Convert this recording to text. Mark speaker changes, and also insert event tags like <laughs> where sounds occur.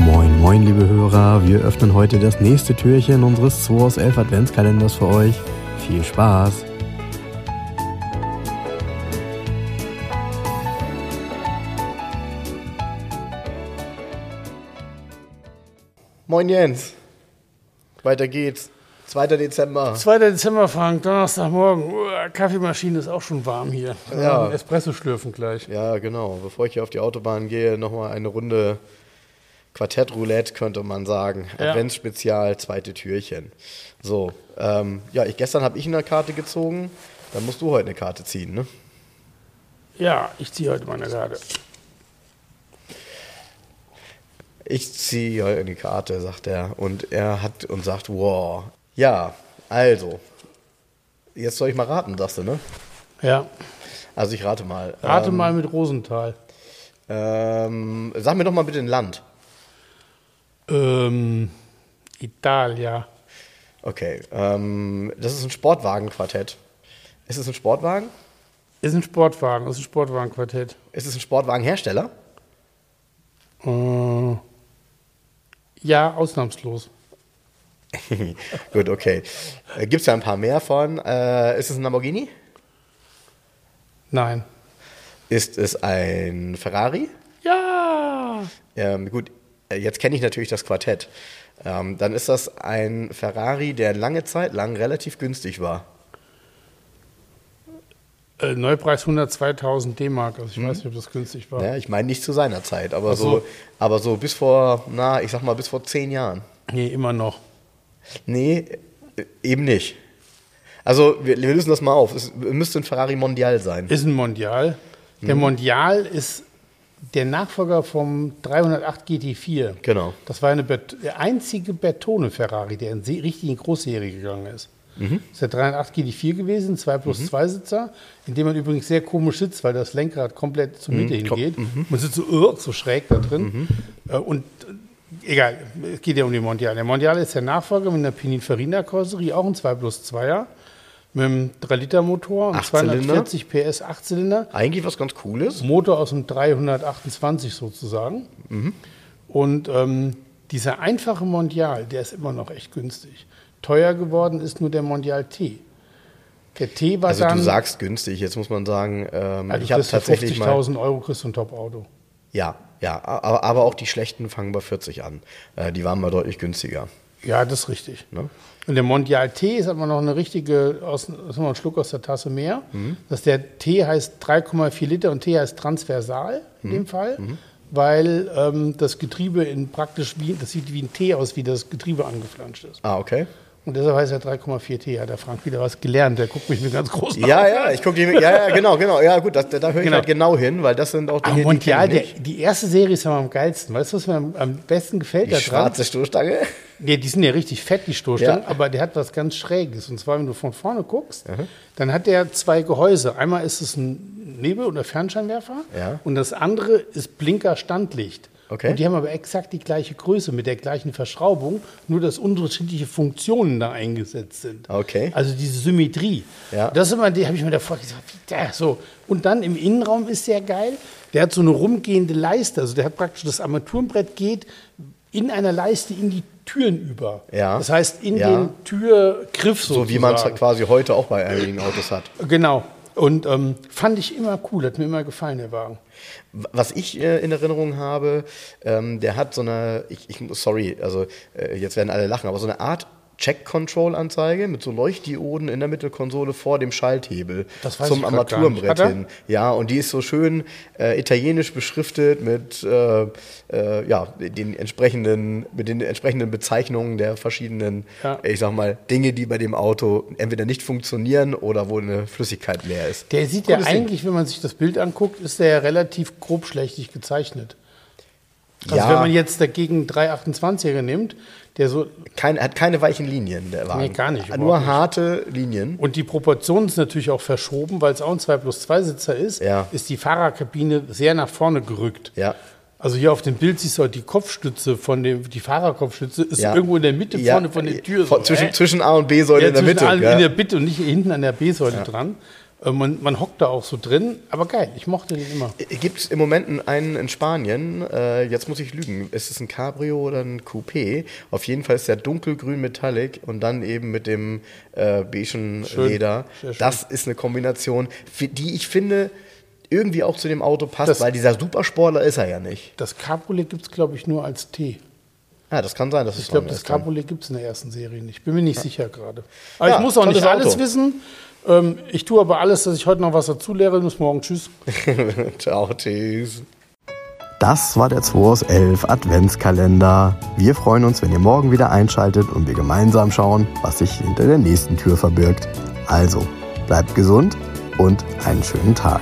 Speaker 1: Moin, moin, liebe Hörer. Wir öffnen heute das nächste Türchen unseres 2 aus 11 Adventskalenders für euch. Viel Spaß!
Speaker 2: Moin Jens. Weiter geht's. 2. Dezember.
Speaker 3: 2. Dezember, Frank, Donnerstagmorgen. Uah, Kaffeemaschine ist auch schon warm hier.
Speaker 2: Ja.
Speaker 3: Ähm, Espresso schlürfen gleich.
Speaker 2: Ja, genau. Bevor ich hier auf die Autobahn gehe, nochmal eine Runde Quartett-Roulette, könnte man sagen.
Speaker 3: Ja.
Speaker 2: Adventsspezial, zweite Türchen. So, ähm, ja, ich, gestern habe ich eine Karte gezogen. Dann musst du heute eine Karte ziehen, ne?
Speaker 3: Ja, ich ziehe heute meine Karte.
Speaker 2: Ich ziehe heute eine Karte, sagt er. Und er hat und sagt, wow. Ja, also. Jetzt soll ich mal raten, sagst du, ne?
Speaker 3: Ja.
Speaker 2: Also ich rate mal.
Speaker 3: Rate
Speaker 2: Ähm,
Speaker 3: mal mit Rosenthal.
Speaker 2: Ähm, sag mir doch mal bitte ein Land.
Speaker 3: Ähm, Italia.
Speaker 2: Okay, ähm, das ist ein Sportwagenquartett. Ist es ein Sportwagen?
Speaker 3: Ist ein Sportwagen, ist ein Sportwagenquartett.
Speaker 2: Ist es ein Sportwagenhersteller? <laughs>
Speaker 3: Äh, ja, ausnahmslos.
Speaker 2: Gut, okay. Äh, Gibt es ja ein paar mehr von. Äh, ist es ein Lamborghini?
Speaker 3: Nein.
Speaker 2: Ist es ein Ferrari?
Speaker 3: Ja!
Speaker 2: Ähm, gut, äh, jetzt kenne ich natürlich das Quartett. Ähm, dann ist das ein Ferrari, der lange Zeit lang relativ günstig war.
Speaker 3: Äh, Neupreis 102.000 D-Mark. Also ich weiß nicht, ob das günstig war.
Speaker 2: Hm? Ja, Ne? ich meine nicht zu seiner Zeit, aber
Speaker 3: Ach
Speaker 2: so.
Speaker 3: so.
Speaker 2: aber so bis vor, na, ich sag mal, bis vor zehn Jahren.
Speaker 3: Nee, immer noch.
Speaker 2: Nee, äh, eben nicht. Also, wir, wir lösen das mal auf. Es müsste ein Ferrari Mondial sein. Mhm.
Speaker 3: Ist ein Mondial. Der Mondial ist der Nachfolger vom 308 GT4.
Speaker 2: Genau.
Speaker 3: Das war eine Bet der einzige Bertone-Ferrari, der in se- richtig in Großserie gegangen ist.
Speaker 2: Mhm.
Speaker 3: Das ist der 308 GT4 gewesen, 2 plus 2 Sitzer, in dem man übrigens sehr komisch sitzt, weil das Lenkrad komplett zur
Speaker 2: Mhm,
Speaker 3: Mitte hingeht. Man sitzt so, uh, so schräg da drin. Äh, Und äh, egal, es geht ja um den Mondial. Der Mondial ist der Nachfolger mit einer Pininfarina-Karosserie, auch ein 2 plus 2er, mit einem 3-Liter-Motor, und
Speaker 2: Achtzylinder?
Speaker 3: 240 PS, 8-Zylinder.
Speaker 2: Eigentlich was ganz Cooles.
Speaker 3: Motor aus dem 328 sozusagen.
Speaker 2: Mhm.
Speaker 3: Und ähm, dieser einfache Mondial, der ist immer noch echt günstig. Teuer geworden ist nur der Mondial T. Der T war
Speaker 2: Also
Speaker 3: dann,
Speaker 2: du sagst günstig, jetzt muss man sagen, ähm,
Speaker 3: also
Speaker 2: ich habe
Speaker 3: kriegst du
Speaker 2: tatsächlich mal.
Speaker 3: 50.000 Euro kriegst du ein Top-Auto.
Speaker 2: Ja, ja, aber, aber auch die schlechten fangen bei 40 an. Äh, die waren mal deutlich günstiger.
Speaker 3: Ja, das ist richtig.
Speaker 2: Ne?
Speaker 3: Und der Mondial T ist aber noch eine richtige, aus, das ist noch ein Schluck aus der Tasse mehr.
Speaker 2: Mhm.
Speaker 3: Dass der T heißt 3,4 Liter und T heißt transversal in
Speaker 2: Mhm.
Speaker 3: dem Fall, weil ähm, das Getriebe in praktisch wie, das sieht wie ein T aus, wie das Getriebe angeflanscht ist.
Speaker 2: Ah, okay.
Speaker 3: Und deshalb heißt er 3,4 T, hat der Frank wieder was gelernt. Der guckt mich mit ganz großen
Speaker 2: Ja, ja, ich gucke die. Ja, ja, genau, genau. Ja, gut, das, da höre ich
Speaker 3: Genau.
Speaker 2: halt genau hin, weil das sind auch
Speaker 3: Am
Speaker 2: Dinge, die,
Speaker 3: Mondial,
Speaker 2: kenn
Speaker 3: der,
Speaker 2: ich nicht.
Speaker 3: die erste Serie ist aber am geilsten. Weißt du, was mir am, am besten gefällt?
Speaker 2: die schwarze Stoßstange. <laughs>
Speaker 3: Nee, die sind ja richtig fett, die Stoßstangen,
Speaker 2: Ja. Mhm.
Speaker 3: aber der hat was ganz Schräges. Und zwar, wenn du von vorne guckst, dann hat der zwei Gehäuse. Einmal ist es ein Nebel- oder Fernscheinwerfer
Speaker 2: Ja.
Speaker 3: und das andere ist Blinker-Standlicht.
Speaker 2: Okay.
Speaker 3: Und die haben aber exakt die gleiche Größe mit der gleichen Verschraubung, nur dass unterschiedliche Funktionen da eingesetzt sind.
Speaker 2: Okay.
Speaker 3: Also diese Symmetrie.
Speaker 2: Ja.
Speaker 3: Das ist immer, die habe ich mir davor gesagt, wie der, so. Und dann im Innenraum ist sehr geil. Der hat so eine rumgehende Leiste, also der hat praktisch das Armaturenbrett geht in einer Leiste in die Türen über.
Speaker 2: Ja.
Speaker 3: Das heißt in
Speaker 2: Ja.
Speaker 3: den Türgriff
Speaker 2: So wie man es
Speaker 3: sozusagen.
Speaker 2: quasi heute auch bei einigen Autos hat.
Speaker 3: Genau. Und ähm, fand ich immer cool, hat mir immer gefallen, der Wagen.
Speaker 2: Was ich äh, in Erinnerung habe, ähm, der hat so eine, ich, ich muss- sorry, also äh, jetzt werden alle lachen, aber so eine Art Check-Control-Anzeige mit so Leuchtdioden in der Mittelkonsole vor dem Schalthebel
Speaker 3: Das weiß
Speaker 2: zum
Speaker 3: ich grad gar nicht.
Speaker 2: Armaturenbrett
Speaker 3: Hat er?
Speaker 2: hin. Ja, und die ist so schön äh, italienisch beschriftet mit, äh, äh, ja, den entsprechenden, mit den entsprechenden Bezeichnungen der verschiedenen,
Speaker 3: Ja.
Speaker 2: ich sag mal, Dinge, die bei dem Auto entweder nicht funktionieren oder wo eine Flüssigkeit leer ist.
Speaker 3: Der sieht
Speaker 2: Cooles
Speaker 3: ja
Speaker 2: Ding.
Speaker 3: eigentlich, wenn man sich das Bild anguckt, ist der ja relativ grobschlächtig gezeichnet. Also
Speaker 2: Ja.
Speaker 3: wenn man jetzt dagegen 328er nimmt, der so
Speaker 2: Kein, er hat keine weichen Linien, der Wagen.
Speaker 3: Nee, gar nicht,
Speaker 2: Nur
Speaker 3: überhaupt nicht.
Speaker 2: harte Linien.
Speaker 3: Und die Proportion ist natürlich auch verschoben, weil es auch ein 2 plus 2 Sitzer ist,
Speaker 2: Ja.
Speaker 3: ist die Fahrerkabine sehr nach vorne gerückt.
Speaker 2: Ja.
Speaker 3: Also hier auf dem Bild siehst du halt die Kopfstütze von dem, die Fahrerkopfstütze ist
Speaker 2: Ja.
Speaker 3: irgendwo in der Mitte
Speaker 2: Ja,
Speaker 3: vorne von der Tür.
Speaker 2: Von,
Speaker 3: so,
Speaker 2: zwischen,
Speaker 3: äh?
Speaker 2: zwischen A und B-Säule
Speaker 3: ja,
Speaker 2: in der Mitte.
Speaker 3: Allem
Speaker 2: gell?
Speaker 3: in der Mitte und nicht hinten an der B-Säule dran. Äh, Man, man hockt da auch so drin, aber geil, ich mochte den immer.
Speaker 2: Gibt es Äh, im Moment einen in Spanien? Äh, jetzt muss ich lügen. Ist es ein Cabrio oder ein Coupé? Auf jeden Fall ist der dunkelgrün Metallic und dann eben mit dem äh, beigen
Speaker 3: Schön.
Speaker 2: Leder.
Speaker 3: Sehr schön.
Speaker 2: Das ist eine Kombination, fi- die ich finde irgendwie auch zu dem Auto passt,
Speaker 3: Das-
Speaker 2: weil dieser Supersportler ist er ja nicht.
Speaker 3: Das Cabriolet gibt es, glaube ich, nur als T.
Speaker 2: Ja, das kann sein, dass es
Speaker 3: Ich glaube,
Speaker 2: anders
Speaker 3: das
Speaker 2: kann.
Speaker 3: Cabriolet gibt es in der ersten Serie nicht. Bin mir nicht sicher gerade. Aber
Speaker 2: Ja,
Speaker 3: Ah, ich muss auch
Speaker 2: tolles
Speaker 3: nicht alles
Speaker 2: Auto.
Speaker 3: wissen. Ähm, ich tue aber alles, dass ich heute noch was dazu lehre. Bis morgen. Tschüss.
Speaker 2: <laughs> Ciao, tschüss.
Speaker 1: Das war der 2 aus 11 Adventskalender. Wir freuen uns, wenn ihr morgen wieder einschaltet und wir gemeinsam schauen, was sich hinter der nächsten Tür verbirgt. Also, bleibt gesund und einen schönen Tag.